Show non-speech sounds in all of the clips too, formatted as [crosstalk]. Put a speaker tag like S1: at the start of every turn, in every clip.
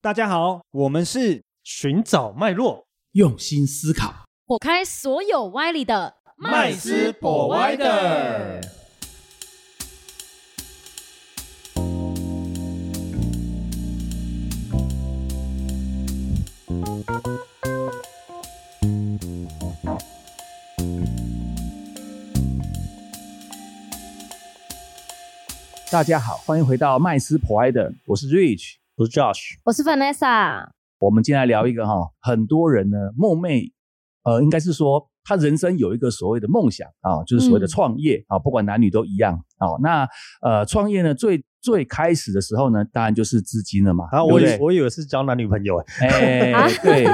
S1: 大家好，我们是
S2: 寻找脉络，
S3: 用心思考。
S4: 火开所有歪理的
S1: 麦斯博歪的。
S3: 大家好，欢迎回到麦斯 Provider，我是 Rich，我是 Josh。
S4: 我是 Vanessa，
S3: 我们今天来聊一个哈，很多人呢梦寐，呃，应该是说他人生有一个所谓的梦想啊、就是所谓的
S4: 嗯
S3: 创业啊、不管男女都一样啊、那呃，创业呢最最开始的时候呢，当然就是资金了嘛，
S2: 啊，
S3: 对不
S2: 我以
S3: 对？
S2: 我以为是交男女朋友，哎
S3: 哎、
S4: 啊
S3: 对，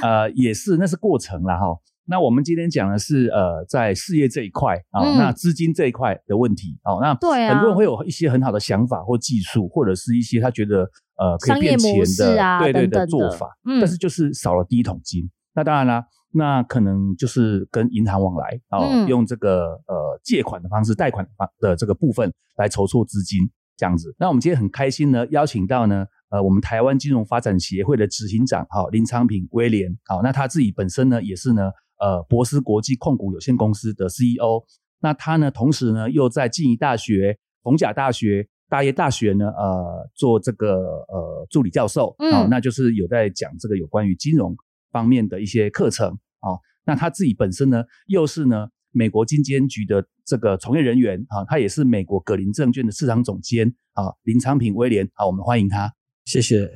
S3: 呃，也是，那是过程啦哈、那我们今天讲的是呃，在事业这一块啊、
S4: 嗯
S3: 那资金这一块的问题哦，那
S4: 对啊
S3: 很多人会有一些很好的想法或技术，或者是一些他觉得呃可以
S4: 商业
S3: 变钱
S4: 模式
S3: 的，
S4: 啊，
S3: 对对
S4: 等等
S3: 的做
S4: 的
S3: 法，，
S4: 嗯
S3: 但是就是少了第一桶金。那当然啦，那可能就是跟银行往来哦，
S4: 嗯
S3: 用这个呃借款的方式、贷款的方的这个部分来筹措资金这样子。那我们今天很开心呢，邀请到呢。呃，我们台湾金融发展协会的执行长哈、林昌平威廉，好、那他自己本身呢也是呢呃博思国际控股有限公司的 CEO，那他呢，同时呢又在静宜大学、逢甲大学、大业大学呢，呃，做这个呃助理教授，
S4: 嗯
S3: 哦，那就是有在讲这个有关于金融方面的一些课程，哦，那他自己本身呢，又是呢美国金监局的这个从业人员，啊、他也是美国葛林证券的市场总监，啊、林昌平威廉，啊、我们欢迎他，
S5: 谢谢，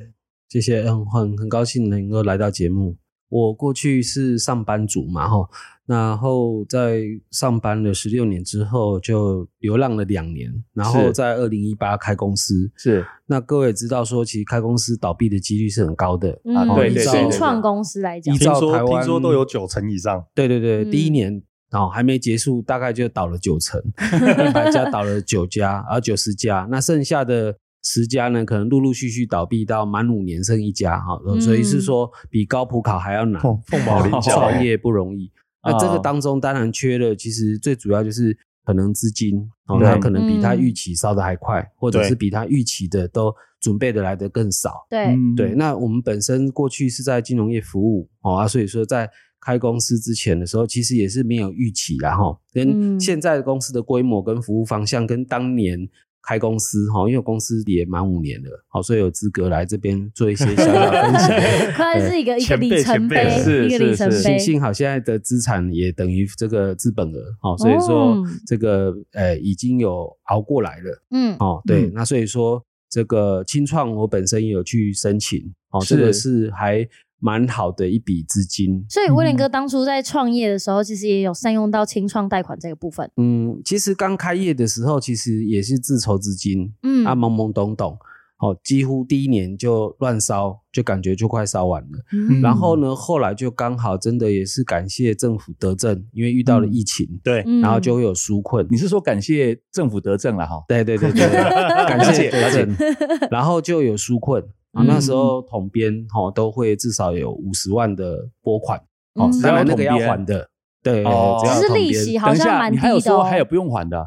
S5: 谢谢，很很很高兴能够来到节目。我过去是上班族嘛，哈，然后在上班了十六年之后，就流浪了两年，然后
S3: 是
S5: 在二零一八开公司。
S3: 是
S5: 那各位也知道说，其实开公司倒闭的几率是很高的。
S4: 嗯
S3: 啊对
S4: 以
S3: 对对
S4: 新
S3: 对
S4: 创公司来讲
S5: 依，
S2: 听
S5: 照
S2: 说
S5: 台湾
S2: 听说都有九成以上，
S5: 对对对，
S4: 嗯
S5: 第一年哦还没结束，大概就倒了九成， [laughs] 一百家倒了九家，而九十家，那剩下的十家呢，可能陆陆续续倒闭到满五年剩一家哈、哦
S4: 嗯
S5: 所以是说比高普考还要难，
S2: 凤凤毛
S5: [laughs]
S2: 麟角，
S5: 创
S2: 哎啊
S5: 业不容易。那这个当中当然缺了，其实最主要就是可能资金哦，
S3: 对
S5: 它可能比他预期烧的还快，或者是比他预期的都准备的来的更少。
S4: 对，
S3: 嗯
S4: [laughs]
S5: 对，
S2: 嗯
S5: 那我们本身过去是在金融业服务哦啊，所以说在开公司之前的时候，其实也是没有预期啦哈、
S4: 嗯
S5: 跟现在公司的规模跟服务方向跟当年。开公司哈，哦因为公司也满五年了，哦好，所以有资格来这边做一些小小的分享。
S4: 可能是一个一个
S2: 前辈
S4: 里程
S2: 前辈
S4: 碑，
S3: 是
S4: 哎一个里程
S3: 是
S4: 碑
S5: 幸，幸好现在的资产也等于这个资本额，哦，所以说
S4: 哦
S5: 这个呃已经有熬过来了，
S4: 嗯，
S5: 哦，对，
S3: 嗯
S5: 那所以说这个清创我本身也有去申请，哦，这个是还蛮好的一笔资金，
S4: 所以威廉哥当初在创业的时候，其实也有善用到清创贷款这个部分，
S5: 嗯，其实刚开业的时候其实也是自筹资金，
S4: 嗯
S5: 啊，懵懵懂懂，哦，几乎第一年就乱烧，就感觉就快烧完了。
S4: 嗯
S5: 然后呢，后来就刚好真的也是感谢政府得政，因为遇到了疫情，
S2: 对，
S4: 嗯
S5: 然后就会有纾困。
S3: 你是说感谢政府得政了哈？
S5: 对对对对，感谢得政，然后就有纾困。啊，那
S4: 嗯
S5: 时候统编哈都会至少有五十万的拨款，哦
S4: 嗯，
S5: 当然那个要还的，对，
S3: 哦
S5: 要
S4: 只是
S5: 统
S4: 利
S5: 编
S4: 息
S3: 等
S4: 好
S3: 一
S4: 像
S3: 下，
S4: 蛮
S3: 你
S4: 低
S3: 还有
S4: 的
S3: 说
S4: 哦，
S3: 还有不用还的
S5: [laughs]
S3: 啊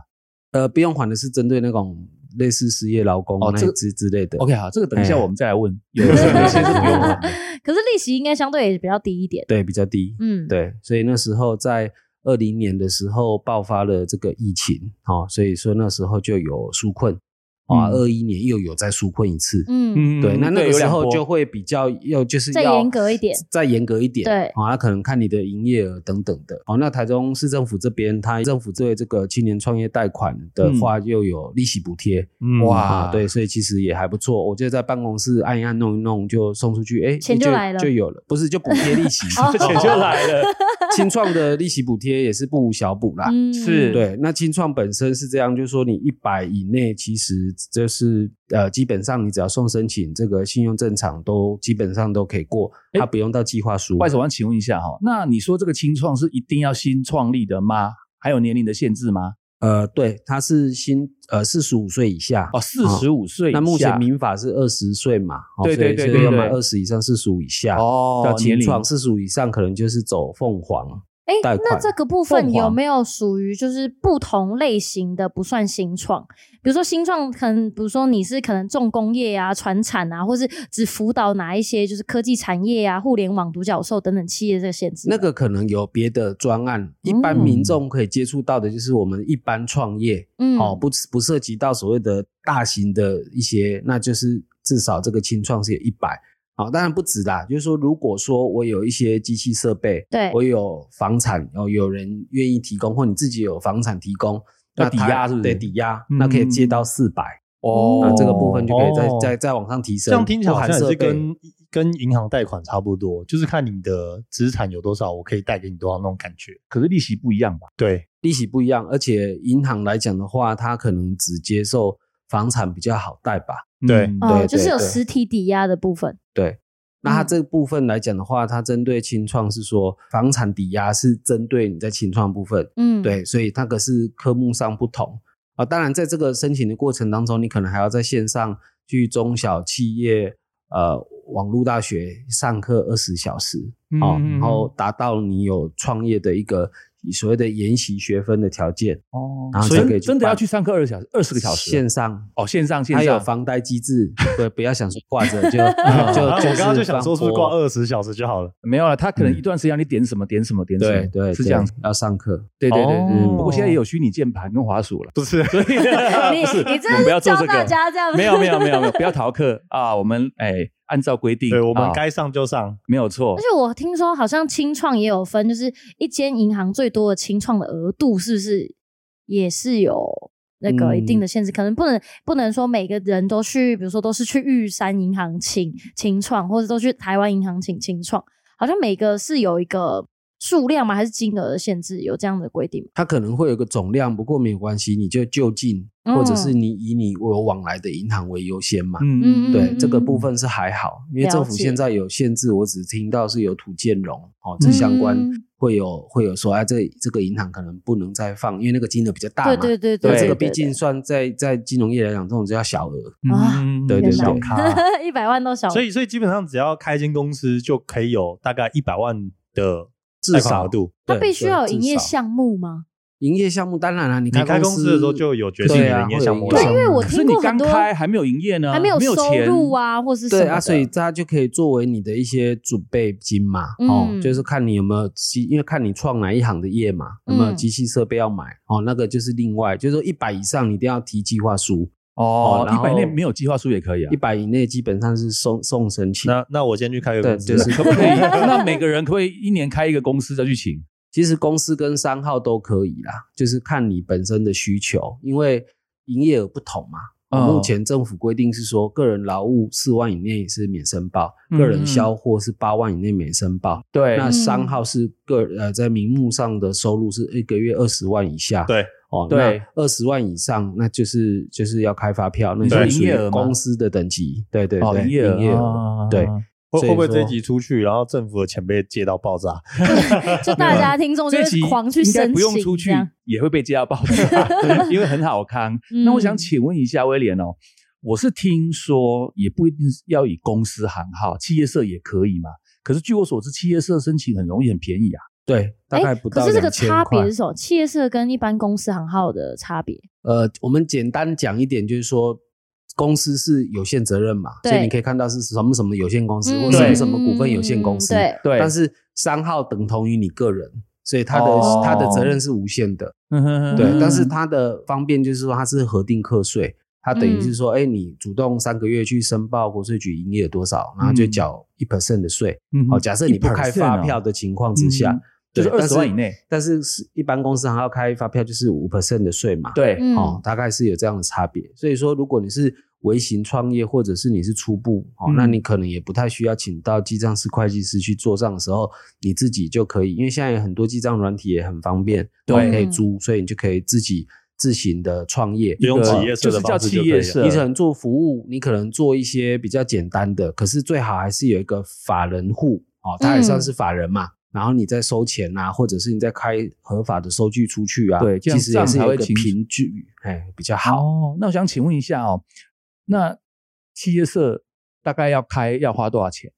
S5: 呃不用还的是针对那种类似失业劳工
S3: 哦
S5: 那
S3: 这个
S5: 一之之类的。
S3: ？OK，好，这个等一下
S5: 哎
S3: 我们再来问，
S5: [laughs]
S3: 有有些是不用还的。
S4: [laughs] 可是利息应该相对也比较低一点，
S5: 对，比较低。
S4: 嗯，
S5: 对，所以那时候在二零年的时候爆发了这个疫情，哦，所以说那时候就有纾困，啊、
S3: 嗯
S5: 二一、年又有再纾困一次，
S3: 嗯
S4: 嗯，
S5: 对，那那个
S3: 有
S5: 时
S3: 两
S5: 候
S3: 波
S5: 就会比较要就是
S4: 再
S5: 要
S4: 严格一点
S5: 再严格一点，
S4: 对
S5: 啊、那可能看你的营业额等等的，哦，那台中市政府这边，它政府对这个青年创业贷款的话，又有利息补贴，
S2: 嗯 [laughs]
S3: 哇
S5: 啊，对，所以其实也还不错。我就在办公室按一按、弄一弄，就送出去，哎，
S4: 钱就
S5: 就
S4: 来了
S5: 就有了，不是就补贴利息
S4: 哦，
S2: [laughs] 钱就来了，
S5: [laughs] 清创的利息补贴也是不无小补啦。
S4: 嗯，
S2: 是
S5: 对，那清创本身是这样，就是说你一百以内，其实就是呃，基本上你只要送申请，这个信用正常都基本上都可以过，它不用到计划书。
S3: 外总，我想请问一下哈，那你说这个清创是一定要新创立的吗？还有年龄的限制吗？
S5: 呃，对，它是新呃四十五岁以下
S3: 哦，四十五岁以下，
S5: 啊那目前民法是二十岁嘛，哦
S3: 对对对
S5: 所以
S3: 对
S5: 所以要满
S3: 对
S5: 二十以上，四十五以下。
S3: 哦
S5: 要
S3: 年
S5: 清
S3: 龄
S5: 创四十五以上，可能就是走凤凰，
S4: 哎，
S5: 贷
S4: 那
S5: 款
S4: 这个部分
S5: 凤
S4: 有
S5: 凰
S4: 没有属于就是不同类型的不算新创？比如说新创，可能比如说你是可能重工业啊、船产啊，或是只辅导哪一些就是科技产业啊、互联网独角兽等等企业这个限制？
S5: 那个可能有别的专
S3: 嗯
S5: 案，一般民众可以接触到的，就是我们一般创业，
S4: 嗯
S5: 哦，不不涉及到所谓的大型的一些，那就是至少这个清创是有一百。好、当然不止啦，就是说，如果说我有一些机器设备，
S4: 对
S5: 我有房产，哦，有人愿意提供，或你自己有房产提供，
S3: 要
S5: 那
S3: 抵
S5: 他
S3: 押是不是
S5: 对，抵押，
S3: 嗯
S5: 那可以借到四百、
S4: 哦
S5: 那这个部分就可以再、
S2: 哦
S5: 再再往上提
S2: 这
S5: 升。
S2: 样听起来
S5: 不
S2: 好
S5: 含
S2: 像也
S5: 设
S2: 是
S5: 备
S2: 跟跟银行贷款差不多，就是看你的资产有多少，我可以贷给你多少那种感觉。
S3: 可是利息不一样吧？
S2: 对，
S5: 利息不一样，而且银行来讲的话，它可能只接受房产比较好贷吧。
S2: 对
S3: 嗯
S4: 哦，
S5: 对
S4: 就是
S5: 对
S4: 有
S5: 对
S4: 实体抵押的部分。
S5: 对，那它这部分来讲的话，它针对清创是说房产抵押是针对你在清创部分，
S4: 嗯，，
S5: 对，所以那个是科目上不同啊。当然，在这个申请的过程当中，你可能还要在线上去中小企业呃网络大学上课二十小时啊，
S3: 嗯
S5: 然后达到你有创业的一个所谓的研习学分的条件。
S3: 哦
S5: 然后
S3: 所
S5: 才可以
S3: 以
S5: 去
S3: 真的
S5: 办
S3: 要去上课二十小时，二十个小时
S5: 线上
S3: 哦，线上线
S5: 它有
S3: 上
S5: 房贷机制，
S3: [laughs]
S5: 对，不要想说挂着就就
S2: 啊
S5: 就
S2: 我
S5: 是
S2: 刚刚 [laughs] 就想说，是不是嗯挂
S5: 放播
S2: 二十小时就好了？
S3: 没有了，啊他可能一段时间让你点什么点什么点什
S5: 嗯对
S3: 么，
S5: 对
S3: 是这样子。，
S5: 对要上课。
S3: 对对对，
S2: 哦
S3: 嗯不过现在也有虚拟键盘跟滑鼠了，
S2: 不是，
S3: [laughs] 所以
S4: [laughs] [laughs] 你
S3: 不是
S4: 你
S3: 我们不
S4: 真的
S3: 要做
S4: 是教
S3: 这
S4: 大
S3: 个，
S4: 家这样
S3: 没有没有没有没有，不要逃课啊！我们哎，按照规定，
S2: 对我们
S3: 啊
S2: 该上就上。
S3: 没有错
S4: 而，且我听说好像清创也有分，就是一间银行最多的清创的额度是不是也是有那个一定
S5: 嗯
S4: 的限制？可能不能不能说每个人都去，比如说都是去玉山银行请清创，或者都去台湾银行请清创，好像每个是有一个数量吗？还是金额的限制？有这样的规定吗？
S5: 它可能会有个总量，不过没有关系，你就就近，
S4: 嗯
S5: 或者是你以你我往来的银行为优先嘛。
S4: 嗯
S5: 对，这个部分是还好，因为
S4: 了
S5: 政府
S4: 解
S5: 现在有限制，我只听到是有土建融哦，这相关
S4: 嗯
S5: 会有会有说，哎，这这个银行可能不能再放，因为那个金额比较大嘛。
S4: 对对对
S5: 那
S4: 对，
S5: 这个毕竟算在在金融业来讲，这种就叫小额。
S4: 啊
S3: 嗯
S5: 对对对
S2: 小咖。
S4: [laughs]
S5: 啊
S4: 一百万都少，
S2: 所以，所以基本上只要开一间公司，就可以有大概一百万的
S5: 至
S2: 贷款
S5: 少
S2: 额度。
S4: 它
S5: 对
S4: 必须要有
S5: 对
S4: 营业
S5: 至少
S4: 项目吗？
S5: 营业项目当然了、啊
S2: 你
S5: 你开
S2: 开公
S5: 司
S2: 司的时候就有决定
S5: 对啊
S2: 营业项目
S5: 会有
S2: 了
S5: 营业项目
S4: 因为我
S3: 可是
S4: 听
S3: 你
S4: 过很
S3: 刚
S4: 多
S3: 开还没有营业呢，
S4: 还没有收
S3: 钱
S4: 入，啊，或是什
S5: 对
S4: 么
S5: 啊，
S4: 的
S5: 所以它就可以作为你的一些准备金嘛，
S4: 嗯
S5: 哦，就是看你有没有机，因为看你创哪一行的业嘛，那么
S4: 嗯
S5: 机器设备要买哦，那个就是另外，就是说一百以上你一定要提计划书，
S3: 哦
S5: 哦，然
S3: 一
S5: 后
S3: 百内没有计划书也可以啊
S5: 一。百以内基本上是送送申请。
S2: 那那我先去开个
S5: 对，
S2: 公司，
S5: 就是
S3: 可不 [laughs]
S4: [laughs]
S3: 可以？那每个人可不可以一年开一个公司再去请？
S5: 其实公司跟商号都可以啦，就是看你本身的需求，因为营业额不同嘛。
S3: 嗯
S5: 目前政府规定是说，个人劳务四万以内是免申报，
S3: 嗯
S5: 个人销货是八万以内免申报。
S3: 对
S5: 那商号是个呃，在名目上的收入是一个月二十万以下。
S2: 对
S5: 哦，
S3: 对，
S5: 二十万以上，那就是就是要开发票，那就
S2: 对
S5: 是属
S3: 营业
S5: 于
S3: 额吗
S5: 公司的等级。对对
S3: 哦，
S5: 对，
S3: 营业额，哦啊
S5: 额对。
S2: 会
S5: 所
S2: 会
S5: 以
S2: 不会这一
S5: 说
S2: 集出去，然后政府的钱被借到爆炸？
S4: [laughs] 就大家听众就
S3: 这集
S4: 会狂去
S3: 应该
S4: 申请，
S3: 不用出
S4: 这
S3: 去
S4: 样
S3: 也会被接到爆 [laughs] 炸，因为很好康。那我
S4: 嗯
S3: 想请问一下威廉哦，我是听说也不一定是要以公司行号，企业社也可以嘛。可是据我所知，企业社申请很容易，很便宜啊。
S5: 对，大
S4: 哎
S5: 概不到
S4: 可是这个
S5: 2000
S4: 差别
S5: 块
S4: 是什么？企业社跟一般公司行号的差别？
S5: 呃，我们简单讲一点，就是说公司是有限责任嘛，
S4: 对
S5: 所以你可以看到是什么什么有限公司、或
S4: 嗯
S5: 什么
S3: 对
S5: 什么股份有限公司，
S4: 对，
S3: 对
S5: 但是商号等同于你个人，所以他的、
S3: 哦
S5: 他的责任是无限的，
S3: 嗯
S5: 对，
S4: 嗯
S3: 对
S5: 但是他的方便就是说它是核定课税。它等于
S4: 嗯
S5: 是说，哎、你主动三个月去申报国税局营业额多少，然后
S3: 嗯
S5: 就缴一 percent 的税。好、假设你不开发票的情况之下，
S3: 哦嗯就是
S5: 对但
S3: 20万以
S4: 嗯
S3: 内
S5: 但是是一般公司还要开发票就是五 percent 的税嘛。
S3: 对，
S4: 嗯
S5: 哦，大概是有这样的差别。所以说，如果你是微型创业，或者是你是初步哦，
S3: 嗯
S5: 那你可能也不太需要请到记账师、会计师去做账的时候，你自己就可以，因为现在有很多记账软体也很方便，
S3: 对
S5: 哦可以租，所以你就可以自己自行的创业。
S2: 就用
S3: 对
S2: 企业社
S3: 就
S2: 的
S3: 是叫
S2: 方式就
S3: 企
S2: 可以
S3: 业
S2: 了。
S3: 社
S5: 你可能做服务，你可能做一些比较简单的，可是最好还是有一个法人户哦，他也算是法人嘛。然后你再收钱啊，或者是你再开合法的收据出去啊，
S3: 对这
S5: 其
S3: 样
S5: 实也是有
S3: 账才会
S5: 一个
S3: 清楚哦
S5: 凭据，哎，比较好。
S3: 好，那我想请问一下哦，那企业社大概要开要花多少钱？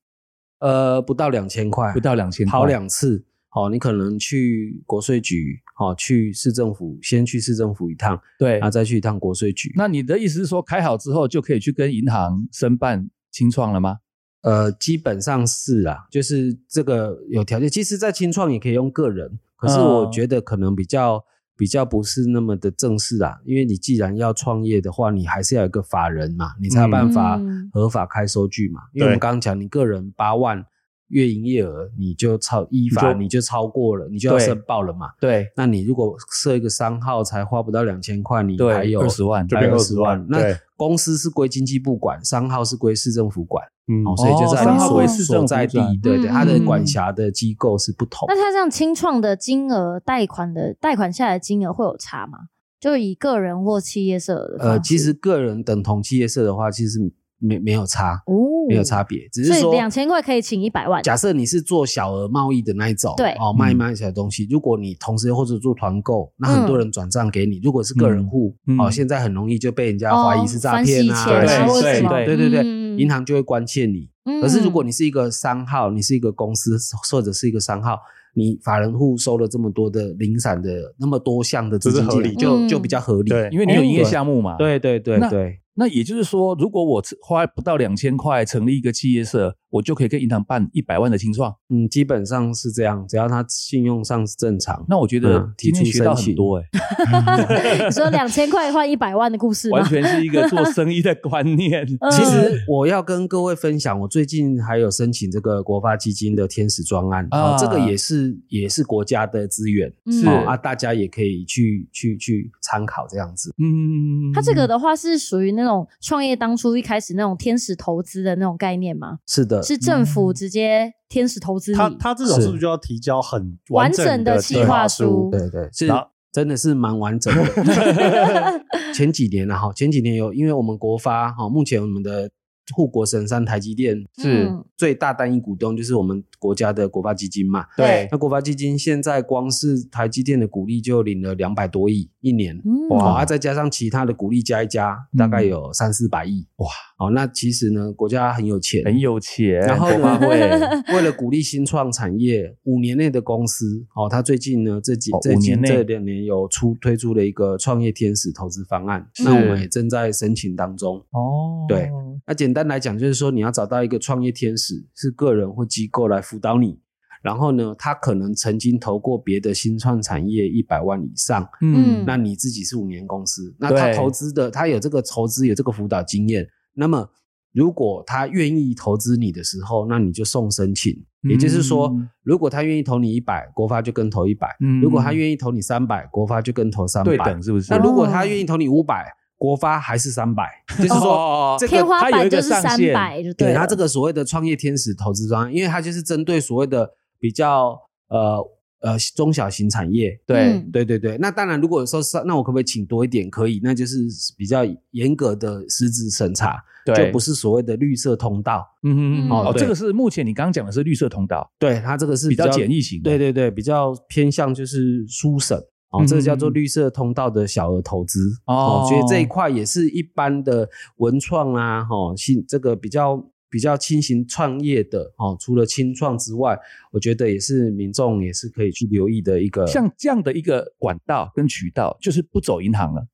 S5: 呃，不到两千块，
S3: 不到两千，
S5: 跑两次好、你可能去国税局，好、去市政府，先去市政府一趟，
S3: 对
S5: 然后再去一趟国税局。
S3: 那你的意思是说，开好之后就可以去跟银行申办清创了吗？
S5: 呃，基本上是啦、就是这个有条件。其实，在清创也可以用个人，可是
S3: 嗯
S5: 我觉得可能比较比较不是那么的正式啊，因为你既然要创业的话，你还是要有一个法人嘛，你才有办法
S4: 嗯
S5: 合法开收据嘛。因为我们
S2: 对
S5: 刚刚讲，你个人八万月营业额，你就超依法
S3: 你就
S5: 你就超过了，你就要
S3: 对
S5: 申报了嘛。
S3: 对
S5: 那你如果设一个商号，才花不到两千块，你还
S3: 对，
S5: 有
S3: 二十万，
S2: 就
S5: 还
S2: 变
S5: 有
S2: 20万
S5: 那
S2: 对
S5: 公司是归经济部管，商号是归市政府管。
S2: 嗯
S5: 哦，所以就在
S4: 三
S5: 你
S4: 号
S5: 所
S4: 归
S3: 市
S5: 所
S3: 政
S5: 在
S3: 府
S5: 地
S3: 转，
S5: 对对，
S4: 嗯
S5: 它的
S4: 嗯
S5: 管
S3: 嗯
S5: 辖的机构是不同。
S4: 那他这样清创的金额、贷款的贷款下来的金额会有差吗？就以个人或企业社的
S5: 呃，
S4: 方式
S5: 其实个人等同企业社的话，其实没没有差，
S4: 哦
S5: 没有差，别，只是
S4: 所
S5: 说
S4: 以两千块可以请一百万，
S5: 假设你是做小额贸易的那一种，
S4: 对
S5: 哦，
S3: 嗯
S5: 卖一卖小东西。如果你同时或者做团购，那很
S4: 嗯
S5: 多人转账给你。如果是个人户，
S3: 嗯
S5: 哦，
S3: 嗯
S5: 现在很容易就被人家
S4: 哦
S5: 怀疑是诈
S4: 反
S5: 骗
S4: 洗
S5: 啊，
S4: 钱啊
S2: 对
S4: 或者
S2: 对
S4: 什么
S3: 对
S5: 对对对，
S4: 嗯
S5: 银行就会关切你。可是如果你是一个商号，你是一个公司或者是一个商号，你法人户收了这么多的零散的那么多项的资金进
S2: 这是合
S5: 来，
S2: 理
S5: 就
S4: 嗯
S5: 就比较合理。
S2: 对
S3: 因为你有营业项目嘛。，
S5: 对对对
S3: 那
S5: 对，
S3: 那也就是说，如果我花不到两千块成立一个企业社，我就可以跟银行办一百万的清创。
S5: 嗯，基本上是这样，只要他信用上是正常。
S3: 那我觉得
S5: 嗯
S3: 今天
S5: 提出
S3: 学到
S5: 申
S3: 很
S5: 请
S3: 多哎、
S4: 你说两千块换一百万的故事吗
S3: 欸
S4: 嗯
S3: 完？全是一个做生意的观
S5: [laughs]
S3: 念。
S5: 其
S2: 嗯
S5: 实我要跟各位分享，我最近还有申请这个国发基金的天使专案
S3: 啊
S5: 啊，这个也是也是国家的资源，
S4: 嗯
S3: 是
S5: 哦啊，大家也可以去去去参考这样子。
S3: 嗯，
S4: 他这个的话是属于那种创业当初一开始那种天使投资的那种概念吗？
S5: 是的，
S4: 是政府直接天使投资你？
S2: 他他这种
S5: 是
S2: 是不是就要提交很
S4: 完整
S2: 整
S4: 的计
S2: 计
S4: 划
S2: 划
S4: 书
S5: 对对，是
S2: 然后
S5: 真的是蛮完整的。前几年啊，哈，前几年有，因为我们国发哈，目前我们的护国神山台积电
S3: 是
S4: 嗯
S5: 最大单一股东就是我们国家的国发基金嘛。
S4: 对
S5: 那国发基金现在光是台积电的股利就领了两百多亿一年，
S4: 嗯
S5: 哇！啊，再加上其他的股利加一加，大概有三四百亿
S3: 哇！哎
S5: 哦，那其实呢，国家很有钱，
S3: 很有钱，
S5: 然后
S3: 国发 [laughs]
S5: 呢
S3: 会，
S5: [laughs] 为了鼓励新创产业，五年内的公司哦，他最近呢这几
S3: 哦
S5: 这
S3: 五
S5: 近
S3: 年内
S5: 这两年有出推出了一个创业天使投资方案，
S3: 是
S5: 那我们也正在申请当中。
S3: 哦，
S5: 对那简单来讲，就是说你要找到一个创业天使，是个人或机构来辅导你。然后呢，他可能曾经投过别的新创产业一百万以上，
S4: 嗯
S5: 那你自己是五年公司，那
S3: 对
S5: 他投资的，他有这个投资有这个辅导经验，那么如果他愿意投资你的时候，那你就送申请。
S3: 嗯
S5: 也就是说，如果他愿意投你一百，国发就跟投一百；
S3: 嗯
S5: 如果他愿意投你三百，国发就跟投三
S3: 对
S5: 百
S3: 等。是不是？
S5: 那如果他愿意投你五百，国发还是三百，就是说。
S3: 哦
S5: 这个
S4: 天花
S3: 它有
S4: 板
S3: 一
S4: 就
S3: 个
S4: 是
S3: 上
S4: 三
S3: 限
S4: 百，就
S5: 对
S4: 了。
S5: 他这个所谓的创业天使投资专案，因为他就是针对所谓的比较呃呃中小型产业，
S3: 对
S4: 嗯
S5: 对对对，那当然，如果说是那我可不可以请多一点？可以，那就是比较严格的实质审查，
S3: 对，
S5: 就不是所谓的绿色通道。
S3: 嗯嗯嗯
S4: 哦
S3: 哦，
S5: 对
S3: 这个是目前你刚刚讲的是绿色通道，
S5: 对，它这个是
S3: 比较简易型的
S5: 对对对，比较偏向就是书审哦
S3: 嗯，
S5: 这个叫做绿色通道的小额投资
S3: 哦
S5: 所以这一块也是一般的文创啊，哈、哦，新这个比较。比较轻型创业的哦，除了轻创之外，我觉得也是民众也是可以去留意的一个。
S3: 像这样的一个管道跟渠道，就是不走银行了，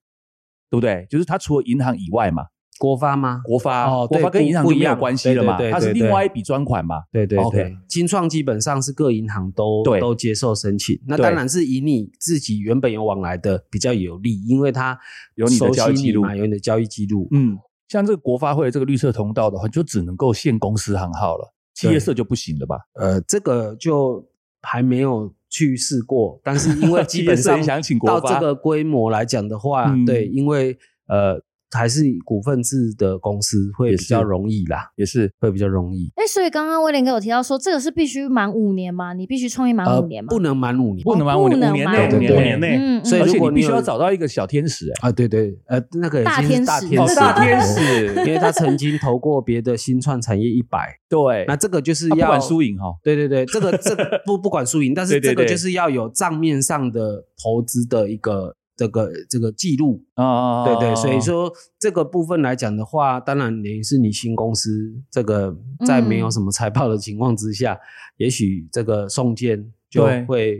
S3: 对不对？就是它除了银行以外嘛，
S5: 国发吗？
S3: 国发
S5: 哦
S3: 国
S5: 对
S3: 发跟银行
S5: 不
S3: 就
S5: 不一
S3: 没有
S5: 样
S3: 关系了嘛
S5: 对对，对
S3: 它是
S5: 对对
S3: 另外一笔专款嘛，
S5: 对对
S3: OK
S5: 对，金创基本上是各银行都
S3: 对
S5: 都接受申请，那
S3: 对
S5: 当然是以你自己原本有往来的比较有利，因为它
S3: 有你的
S5: 熟悉
S3: 交易记录
S5: 嘛有你的交易记录。
S3: 嗯，像这个国发会这个绿色通道的话，就只能够限公司行号了，企业社就不行了吧？
S5: 呃，这个就还没有去试过，但是
S3: [laughs]
S5: 因为基本
S3: 企业
S5: 上
S3: 是想请国
S5: 到
S3: 发
S5: 这个规模来讲的话，
S3: 嗯
S5: 对，因为呃还是以股份制的公司会
S3: 也
S5: 比较
S3: 是
S5: 容易啦，
S3: 也是，
S5: 会比较容易。
S4: 哎，所以刚刚威廉哥有提到说，这个是必须满五年嘛，你必须创业满五年嘛，
S5: 呃不能满五年
S3: 不能玩
S4: 哦
S3: 五
S4: 不
S3: 年
S4: 能
S3: 五年
S4: 玩
S3: 内
S5: 五年
S2: 五年内
S4: 嗯，嗯
S5: 所以
S3: 而且
S5: 如果
S3: 你必
S5: 你
S3: 须
S5: 有
S3: 要找到一个小天使、哎
S5: 啊，对对，呃，那个已
S4: 大
S5: 经
S4: 天
S5: 是大
S4: 使
S5: 天
S3: 哦
S5: 使，
S3: 大天使
S5: 因为他曾经投过别的新创产业一百，
S3: 对，
S5: 那这个就是
S3: 啊不
S5: 要、
S3: 管输。赢哈、
S5: 对对对，这个这
S3: [laughs]
S5: 个不不管输赢，但是
S3: 对对
S5: 这个
S3: 对
S5: 就是要有账面上的投资的一个这个这个记录，
S3: 啊
S5: 对对，所以说这个部分来讲的话，当然等于是你新公
S3: 嗯
S5: 司这个在没有什么财报的情况之下，也许这个送件就
S3: 对
S5: 会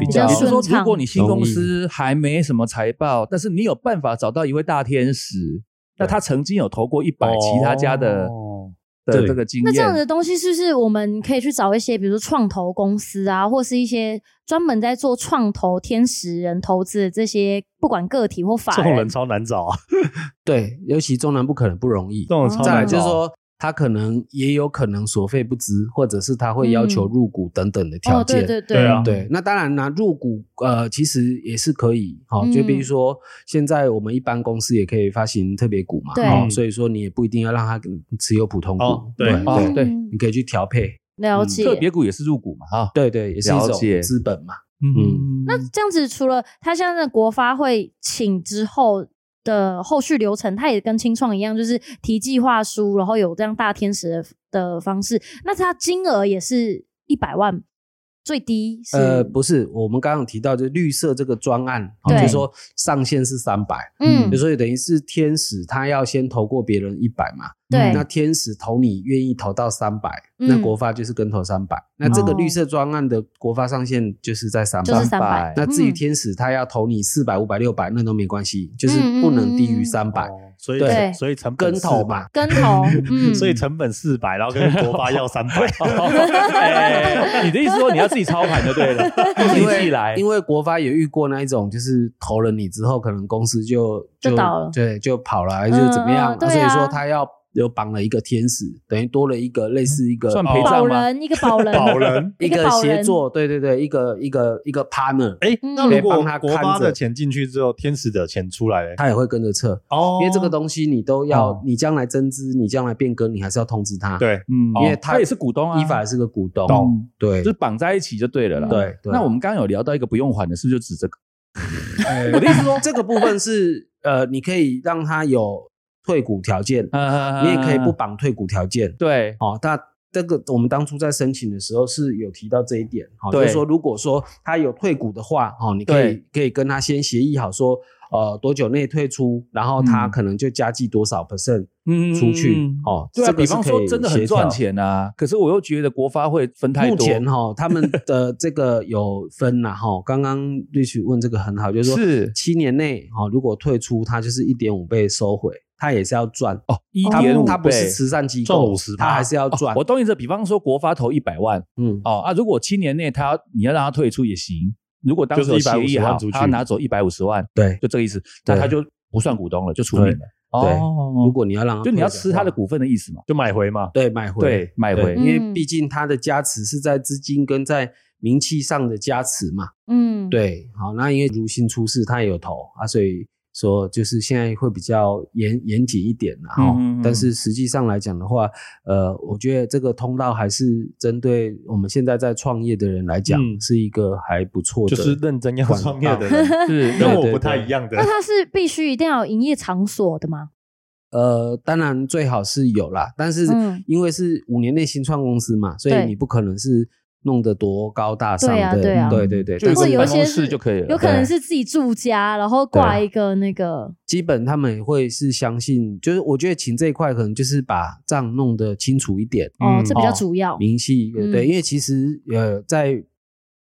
S5: 比
S4: 哦较
S5: 较
S3: 也就是说，
S4: 顺畅
S3: 如果你新公司还没什么财报，但是你有办法找到一位大天使，那他曾经有投过一百其他家的
S2: 哦
S3: 的
S5: 对
S3: 这个经
S4: 那这样
S3: 验，
S4: 的东西是不是我们可以去找一些，比如说创投公司啊，或是一些专门在做创投天使人投资的这些，不管个体或法
S2: 这种人
S4: 人，哦
S2: 超难找啊，
S5: 对，尤其中南部可能不容易
S2: 这。种人超
S5: 再来
S2: 难找。啊
S5: 就是
S4: 哦
S5: 说，他可能也有可能所费不值，或者是他会要求
S4: 嗯
S5: 入股等等的条
S4: 哦，
S5: 件。
S4: 对对
S2: 对啊
S5: 对，那当然拿入股，呃，其实也是可以，好、
S4: 嗯
S5: 就比如说现在我们一般公司也可以发行特别股嘛，
S4: 对
S5: 哦所以说你也不一定要让它持有普通股，
S2: 哦对
S5: 对
S2: 哦
S5: 对
S4: 对嗯
S5: 你可以去调配，
S4: 了解。
S3: 特别股也是入股嘛，哈，
S5: 对对，也是一
S3: 了解
S5: 种资本嘛，
S3: 嗯，那
S4: 这样子，除了他现在的国发会请之后的后续流程，他也跟清创一样，就是提计划书，然后有这样大天使的的方式。那他金额也是一百万，最低是
S5: 呃，不是，我们刚刚有提到，就是绿色这个专案，好
S4: 对
S5: 就是说上限是三百、
S4: 嗯
S5: 就所以等于是天使他要先投过别人一百嘛，
S4: 对
S5: 那天使投你愿意投到三百、
S4: 嗯
S5: 那国发就是跟投三百、那这个绿色专案的国发上限就是在三
S4: 就是
S5: 百。
S4: 三
S3: 300。
S4: 百
S5: 那至于
S4: 嗯
S5: 天使，他要投你四百、五百、六百，那都没关系，就是
S4: 嗯嗯
S5: 不能低于
S4: 嗯
S5: 三百、
S2: 哦所
S4: 对
S2: 以所以成本
S5: 跟投
S2: 400
S5: 嘛，，
S4: 跟
S5: [laughs]
S4: 投，嗯，
S2: 所以成本四百，然后跟国发要三百，
S3: 哎你的意思说你要自己操盘就对了，自己自己
S5: 因为
S3: 来，
S5: 因为国发也遇过那一种，就是投了你之后，可能公司就
S4: 就倒了
S5: 对，就跑了，还是怎么
S4: 嗯
S5: 样？
S4: 嗯对啊
S5: 所以说他要有绑了一个天使，等于多了一个类似一个
S3: 算陪
S4: 哦保
S3: 葬吗？
S4: 人一个保人，
S2: 保人。
S4: 嗯
S5: 一
S4: 一个
S5: 个
S4: 保人
S5: 协作，对对对，一个一个一个 partner，
S2: [laughs] 哎，
S4: 嗯
S2: 那如
S5: 帮
S2: 果
S5: 他看
S2: 国发
S5: 着
S2: 的钱进去之后，天使的钱出来嘞，
S5: 他也会跟着测，
S2: 哦
S5: 因为这个东西你都要
S2: 哦，
S5: 你将来增资，你将来变更，你还是要通知哦他，，
S2: 对
S3: 嗯，
S5: 因为
S3: 他也是股东啊，
S5: 依
S4: 嗯
S5: 法也是个股东，
S3: 懂
S5: 对
S3: 就，是绑在一起就对了啦。
S5: 对对
S3: 那我们刚刚有聊到一个不用还的，是不是就指这个？哎
S5: 我的意思说，这个部分是呃，你可以让他有退股条件，
S3: 呃
S5: 你也可以不绑退股条件。
S3: 对，
S5: 哦，那这个我们当初在申请的时候是有提到这一点，哦，
S3: 对
S5: 就是说如果说他有退股的话，哦，你可以可以跟他先协议好说，呃，多久内退出，然后他
S3: 嗯
S5: 可能就加计多少 percent
S3: 嗯
S5: 出去，哦，
S3: 对啊，
S5: 这个
S3: 比
S5: 是
S3: 方
S5: 可
S3: 说
S5: 以
S3: 真的
S5: 协
S3: 很
S5: 调
S3: 赚。钱啊，可是我又觉得国发会分太多。
S5: 目前哈、哦，他们的这个有分啦哈、
S3: [laughs]
S5: 哦。刚刚律师问这个很好，就是说
S3: 是
S5: 七年内哦，如果退出，它就是一点五倍收回，它也是要赚。
S3: 哦，一
S5: 它
S3: 点五
S5: 它不是慈善机
S2: 赚
S5: 构
S2: 50%，
S5: 它还是要赚。
S3: 哦我懂你这，比方说国发投一百万
S5: 嗯，
S3: 哦啊，如果七年内他要你要让他退出也行，如果当时
S2: 就
S3: 有
S2: 是
S3: 协议
S2: 150万
S3: 好
S2: 出，去
S3: 他要拿走一百五十万，
S5: 对。
S3: 就这个意思，那
S5: 对
S3: 他就不算股东了，就除名了。
S5: 对
S3: 哦
S5: 如果你要让它
S3: 就你要
S5: 退
S3: 吃他的
S5: 话，
S3: 股份的意思嘛？
S2: 就买回嘛，
S5: 对，买回，
S3: 对，买
S5: 对，
S3: 回
S5: 因为
S4: 嗯
S5: 毕竟它的加持是在资金跟在名气上的加持嘛。
S4: 嗯，
S5: 对，好，那因为如新出世，它也有投啊，所以说就是现在会比较严严谨一点啦。哈、
S3: 嗯嗯嗯
S5: 但是实际上来讲的话，呃，我觉得这个通道还是针对我们现在在创业的人来讲，
S2: 嗯
S5: 是一个还不错的，
S2: 就是认真要
S5: 管
S2: 创业的 [laughs]
S5: 道
S2: 人，
S3: 是
S2: 跟
S5: 对
S2: 我
S5: 对
S2: 不太
S5: 对
S2: 一 [laughs] 样的
S4: 那。他是必须一定要有营业场所的吗？
S5: 呃，当然最好是有啦，但是
S4: 嗯
S5: 因为是五年内新创公司嘛，所以
S4: 对
S5: 你不可能是弄得多高大上
S4: 对啊
S5: 的，
S4: 对啊
S5: 对对对
S3: 就
S5: 但
S3: 有
S4: 或
S3: 个
S5: 是
S4: 有一
S3: 办
S4: 些
S3: 公
S4: 是
S3: 室就可以了。
S4: 有可能是自己住家，然后挂一个那个，
S5: 基本他们也会是相信，就是我觉得请这一块可能就是把账弄得清楚一点，
S4: 哦，
S2: 嗯
S4: 这比较
S5: 哦
S4: 主要。
S5: 明细对
S4: 嗯
S5: 对，因为其实呃，在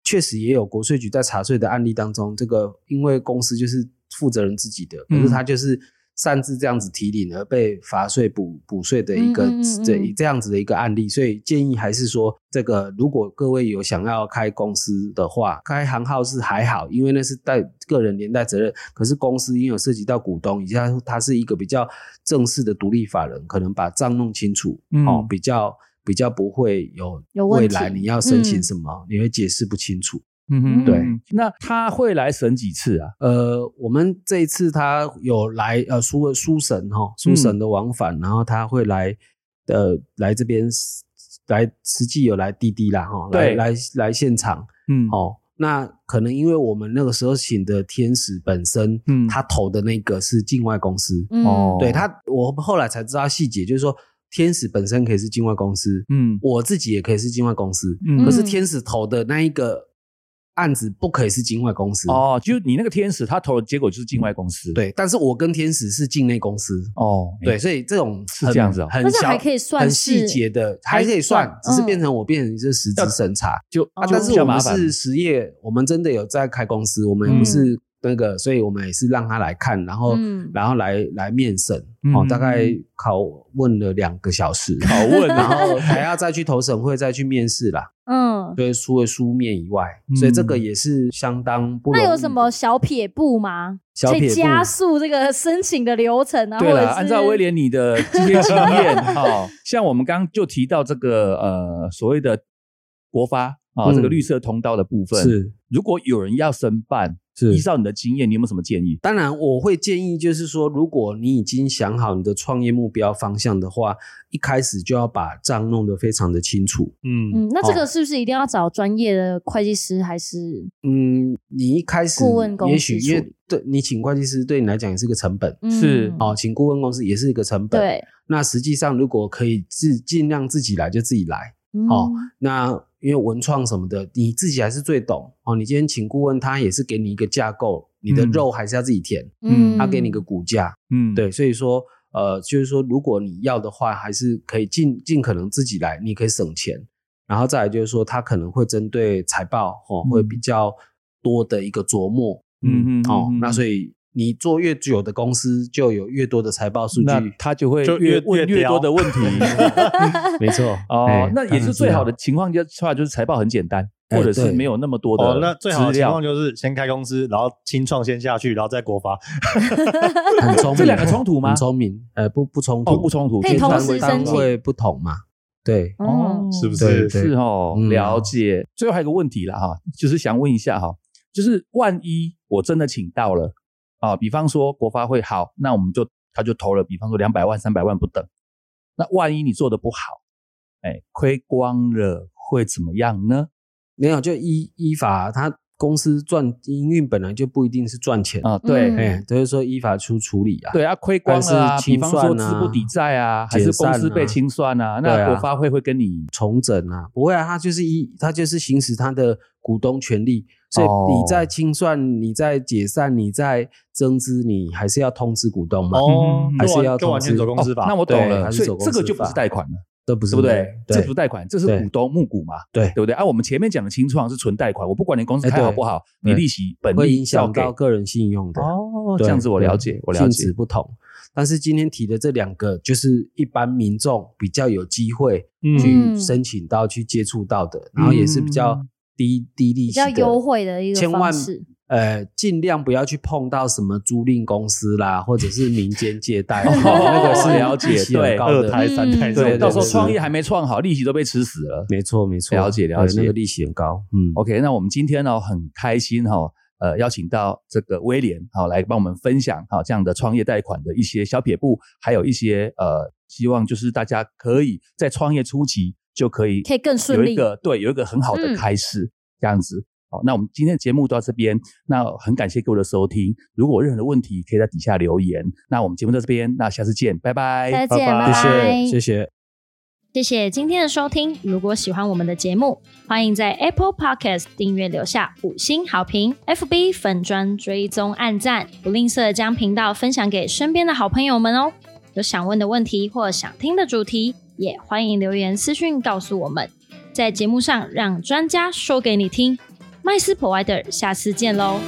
S5: 确实也有国税局在查税的案例当中，这个因为公司就是负责人自己的，可
S3: 嗯
S5: 是他就是擅自这样子提领而被罚税补补税的一个
S4: 嗯嗯嗯嗯
S5: 这这样子的一个案例，所以建议还是说，这个如果各位有想要开公司的话，开行号是还好，因为那是带个人连带责任，可是公司因为有涉及到股东，以及它它是一个比较正式的独立法人，可能把账弄清楚，
S3: 嗯
S5: 哦，比较比较不会有
S4: 有问
S5: 未
S4: 题
S5: 来你要申请
S4: 嗯
S5: 什么，你会解释不清楚。
S3: 嗯哼，
S4: 对
S3: 嗯。那他会来审几次啊？
S5: 呃，我们这一次他有来呃书书神哈、哦，书
S3: 嗯
S5: 神的往返，然后他会来呃来这边来实际有来滴滴啦哈、哦，来
S3: 对
S5: 来来现场
S3: 嗯，
S5: 哦。那可能因为我们那个时候请的天使本身，
S3: 嗯
S5: 他投的那个是境外公司，
S4: 嗯，
S3: 哦
S5: 对他，我后来才知道细节，就是说天使本身可以是境外公司，
S3: 嗯
S5: 我自己也可以是境外公司，
S3: 嗯
S5: 可是天使投的那一个案子不可以是境外公司。
S3: 哦，就你那个天使，他投的结果就是境外公司。，
S5: 对，但是我跟天使是境内公司，
S3: 哦，
S5: 对，，所以这种
S3: 是
S5: 很
S3: 这样子哦
S5: 很
S4: 但是
S5: 小
S4: 还可以算
S5: 很细
S4: 是
S5: 节的，还可以算，只是
S4: 嗯
S5: 变成我变成是实质审查。
S3: 就
S5: 啊，
S3: 就
S5: 但是
S3: 比较
S5: 我
S3: 麻
S5: 们
S3: 烦
S5: 是实业，我们真的有在开公司，我们也不是那个，所以我们也是让他来看，然后
S4: 嗯
S5: 然后来来面审
S3: 嗯
S5: 哦，大概拷问了两个小时，
S3: 拷哎问，啊
S4: [laughs]
S5: 然后还要再去投审会，再去面试啦。
S4: 嗯，
S5: 对，除了书面以外
S3: 嗯，
S5: 所以这个也是相当不容
S4: 那
S5: 易。
S4: 有什么小撇步吗？
S5: 小
S4: 可以
S5: 撇步？
S4: 加速这个申请的流程啊，或
S3: 对
S4: 者
S3: 了，
S4: 是
S3: 按照威廉你的这些经
S4: [laughs]
S3: 验，哈、像我们刚刚就提到这个呃所谓的国发啊、
S5: 嗯
S3: 这个绿色通道的部分，
S5: 是
S3: 如果有人要申办，
S5: 是
S3: 依照你的经验，你有没有什么建议？
S5: 当然，我会建议就是说，如果你已经想好你的创业目标方向的话，一开始就要把账弄得非常的清楚。
S2: 嗯，
S4: 嗯，那
S5: 哦
S4: 这个是不是一定要找专业的会计师？还是
S5: 嗯，你一开始
S4: 顾问公司
S5: 也许因
S4: 处
S5: 为
S4: 理
S5: 对你请会计师对你来讲也是个成本，
S4: 嗯
S3: 是
S5: 哦，请顾问公司也是一个成本。，
S4: 对
S5: 那实际上如果可以自尽量自己来就自己来。
S4: 嗯
S5: 哦，那因为文创什么的，你自己还是最懂哦。你今天请顾问，他也是给你一个架构，你的
S3: 嗯
S5: 肉还是要自己填，
S3: 嗯
S5: 他给你个骨架，
S3: 嗯，
S5: 对，所以说呃，就是说，如果你要的话，还是可以尽尽可能自己来，你可以省钱。然后再来就是说，他可能会针对财报哦，会比较多的一个琢磨，
S3: 嗯嗯嗯
S5: 哦
S3: 嗯嗯，
S5: 那所以你做越久的公司，就有越多的财报数
S3: 那
S5: 据，
S3: 他就会
S2: 就
S3: 越
S2: 越
S3: 问
S2: 越
S3: 越
S2: 刁
S3: 多的问题。
S5: [laughs]
S3: [laughs]
S5: 没错
S3: 哦
S5: 哎，
S3: 那也是最好的情况下，就是财报很简单，
S5: 哎
S3: 或者是
S5: 对
S3: 没有那么多
S2: 哦，
S3: 的
S2: 那最好
S3: 资
S2: 的情
S3: 料
S2: 况。就是先开公司，然后清创先下去，然后再国发。
S5: 很聪明，啊
S3: 这两个冲突吗
S5: 很聪明，呃，不不冲突，
S3: 哦，不冲突，
S4: 可以
S5: 因为
S4: 同
S5: 单
S4: 时
S5: 位
S4: 申
S5: 单
S4: 请
S5: 位不同嘛，对，
S4: 哦，
S2: 是不
S5: 对
S2: 是？
S5: 对
S3: 是哦，
S5: 嗯
S3: 了解。最后还有个问题了哈，就是想问一下哈，就是万一我真的请到了啊，比方说国发会好，那我们就他就投了，比方说两百万、三百万不等。那万一你做的不好，哎，亏光了会怎么样呢？
S5: 没有就依依法，他公司赚营运本来就不一定是赚钱，
S3: 啊，对。
S4: 嗯
S5: 哎，就是说依法出处理啊，
S3: 对啊，亏光了啊！
S5: 但是
S3: 比
S5: 清
S3: 方
S5: 算啊
S3: 说资不抵债啊，还是公司被清算啊？
S5: 解散啊
S3: 那
S5: 对啊
S3: 国发会会跟你
S5: 重整啊，不会啊，他就是依他就是行使他的股东权利，所以
S3: 哦
S5: 你在清算，你在解散，你在增资，你还是要通知股东嘛，
S2: 哦
S3: 嗯，
S5: 还是要
S2: 跟完全走公司法。
S3: 哦那我懂
S5: 对
S3: 了，
S5: 还
S3: 所
S5: 是
S3: 以
S5: 走公
S3: 这个
S5: 司
S3: 就不
S5: 法
S3: 是贷款了，
S5: 这不是
S3: 对不对？这
S5: 嗯对
S3: 不是贷款，这是
S5: 对
S3: 股东募股嘛？
S5: 对，
S3: 对不对？啊，我们前面讲的清创是纯贷款，我不管你公司
S5: 哎
S3: 开好
S5: 对
S3: 不好，你利息本
S5: 会
S3: 利
S5: 影
S3: 照
S5: 响
S3: 给。
S5: 到个人信用的。
S3: 哦，
S5: 对
S3: 这样子我
S5: 对
S3: 了解，我了
S5: 性
S3: 解
S5: 质。不同。但是今天提的这两个，就是一般民众比较有机会去
S4: 嗯
S5: 申请到、去接触到的，然后也是比较低低利
S4: 比
S5: 息的、
S4: 较优惠的一个
S5: 千万
S4: 方式。
S5: 呃，尽量不要去碰到什么租赁公司啦，或者是民间借
S3: [laughs]
S5: 贷，哦那个是
S3: 了解 [laughs]
S5: 利息很
S3: 对
S5: 高
S2: 二
S5: 的。
S2: 胎、三胎这
S4: 嗯
S2: 种的，
S3: 对，到时候
S5: 对对
S3: 创业还没创好，利息都被吃死了。
S5: 没错，没错，
S3: 了解
S5: 对
S3: 了解
S5: 那个利息很高，嗯，
S3: OK，那我们今天呢、很开心哈、呃，邀请到这个威廉好、来帮我们分享好、这样的创业贷款的一些小撇步，还有一些呃，希望就是大家可以在创业初期就可以
S4: 可以更顺利
S3: 有一个对有一个很好的
S4: 嗯
S3: 开始、这样子。好，那我们今天的节目到这边，那很感谢各位的收听。如果有任何的问题，可以在底下留言。那我们节目到这边，那下次见，拜拜，
S4: 再见，
S2: 拜拜
S4: 拜拜。
S5: 哎谢谢。
S4: 谢谢今天的收听。如果喜欢我们的节目，欢迎在 Apple Podcast 订阅留下五星好评，FB 粉砖追踪按赞，不吝啬将频道分享给身边的好朋友们哦。有想问的问题或想听的主题，也欢迎留言私讯告诉我们，在节目上让专家说给你听。麦斯 Provider，下次见喽。